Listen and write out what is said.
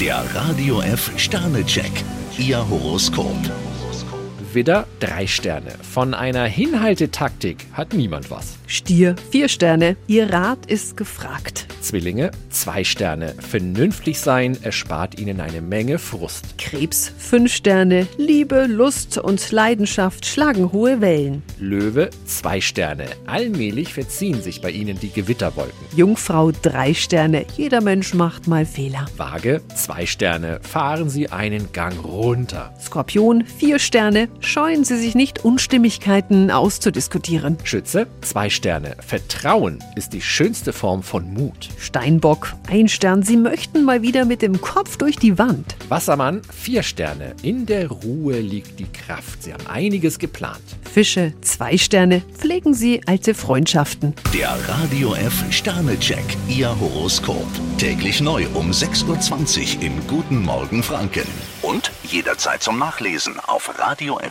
Der Radio F Sternecheck, Ihr Horoskop. Widder, drei Sterne. Von einer Hinhaltetaktik hat niemand was. Stier, vier Sterne. Ihr Rat ist gefragt. Zwillinge, zwei Sterne. Vernünftig sein erspart ihnen eine Menge Frust. Krebs, fünf Sterne. Liebe, Lust und Leidenschaft schlagen hohe Wellen. Löwe, zwei Sterne. Allmählich verziehen sich bei ihnen die Gewitterwolken. Jungfrau, drei Sterne. Jeder Mensch macht mal Fehler. Waage, zwei Sterne. Fahren Sie einen Gang runter. Skorpion, vier Sterne. Scheuen Sie sich nicht, Unstimmigkeiten auszudiskutieren. Schütze, zwei Sterne. Vertrauen ist die schönste Form von Mut. Steinbock, ein Stern. Sie möchten mal wieder mit dem Kopf durch die Wand. Wassermann, vier Sterne. In der Ruhe liegt die Kraft. Sie haben einiges geplant. Fische, zwei Sterne. Pflegen Sie alte Freundschaften. Der Radio F Sternecheck, Ihr Horoskop. Täglich neu um 6.20 Uhr im Guten Morgen Franken. Und jederzeit zum Nachlesen auf radiof.de.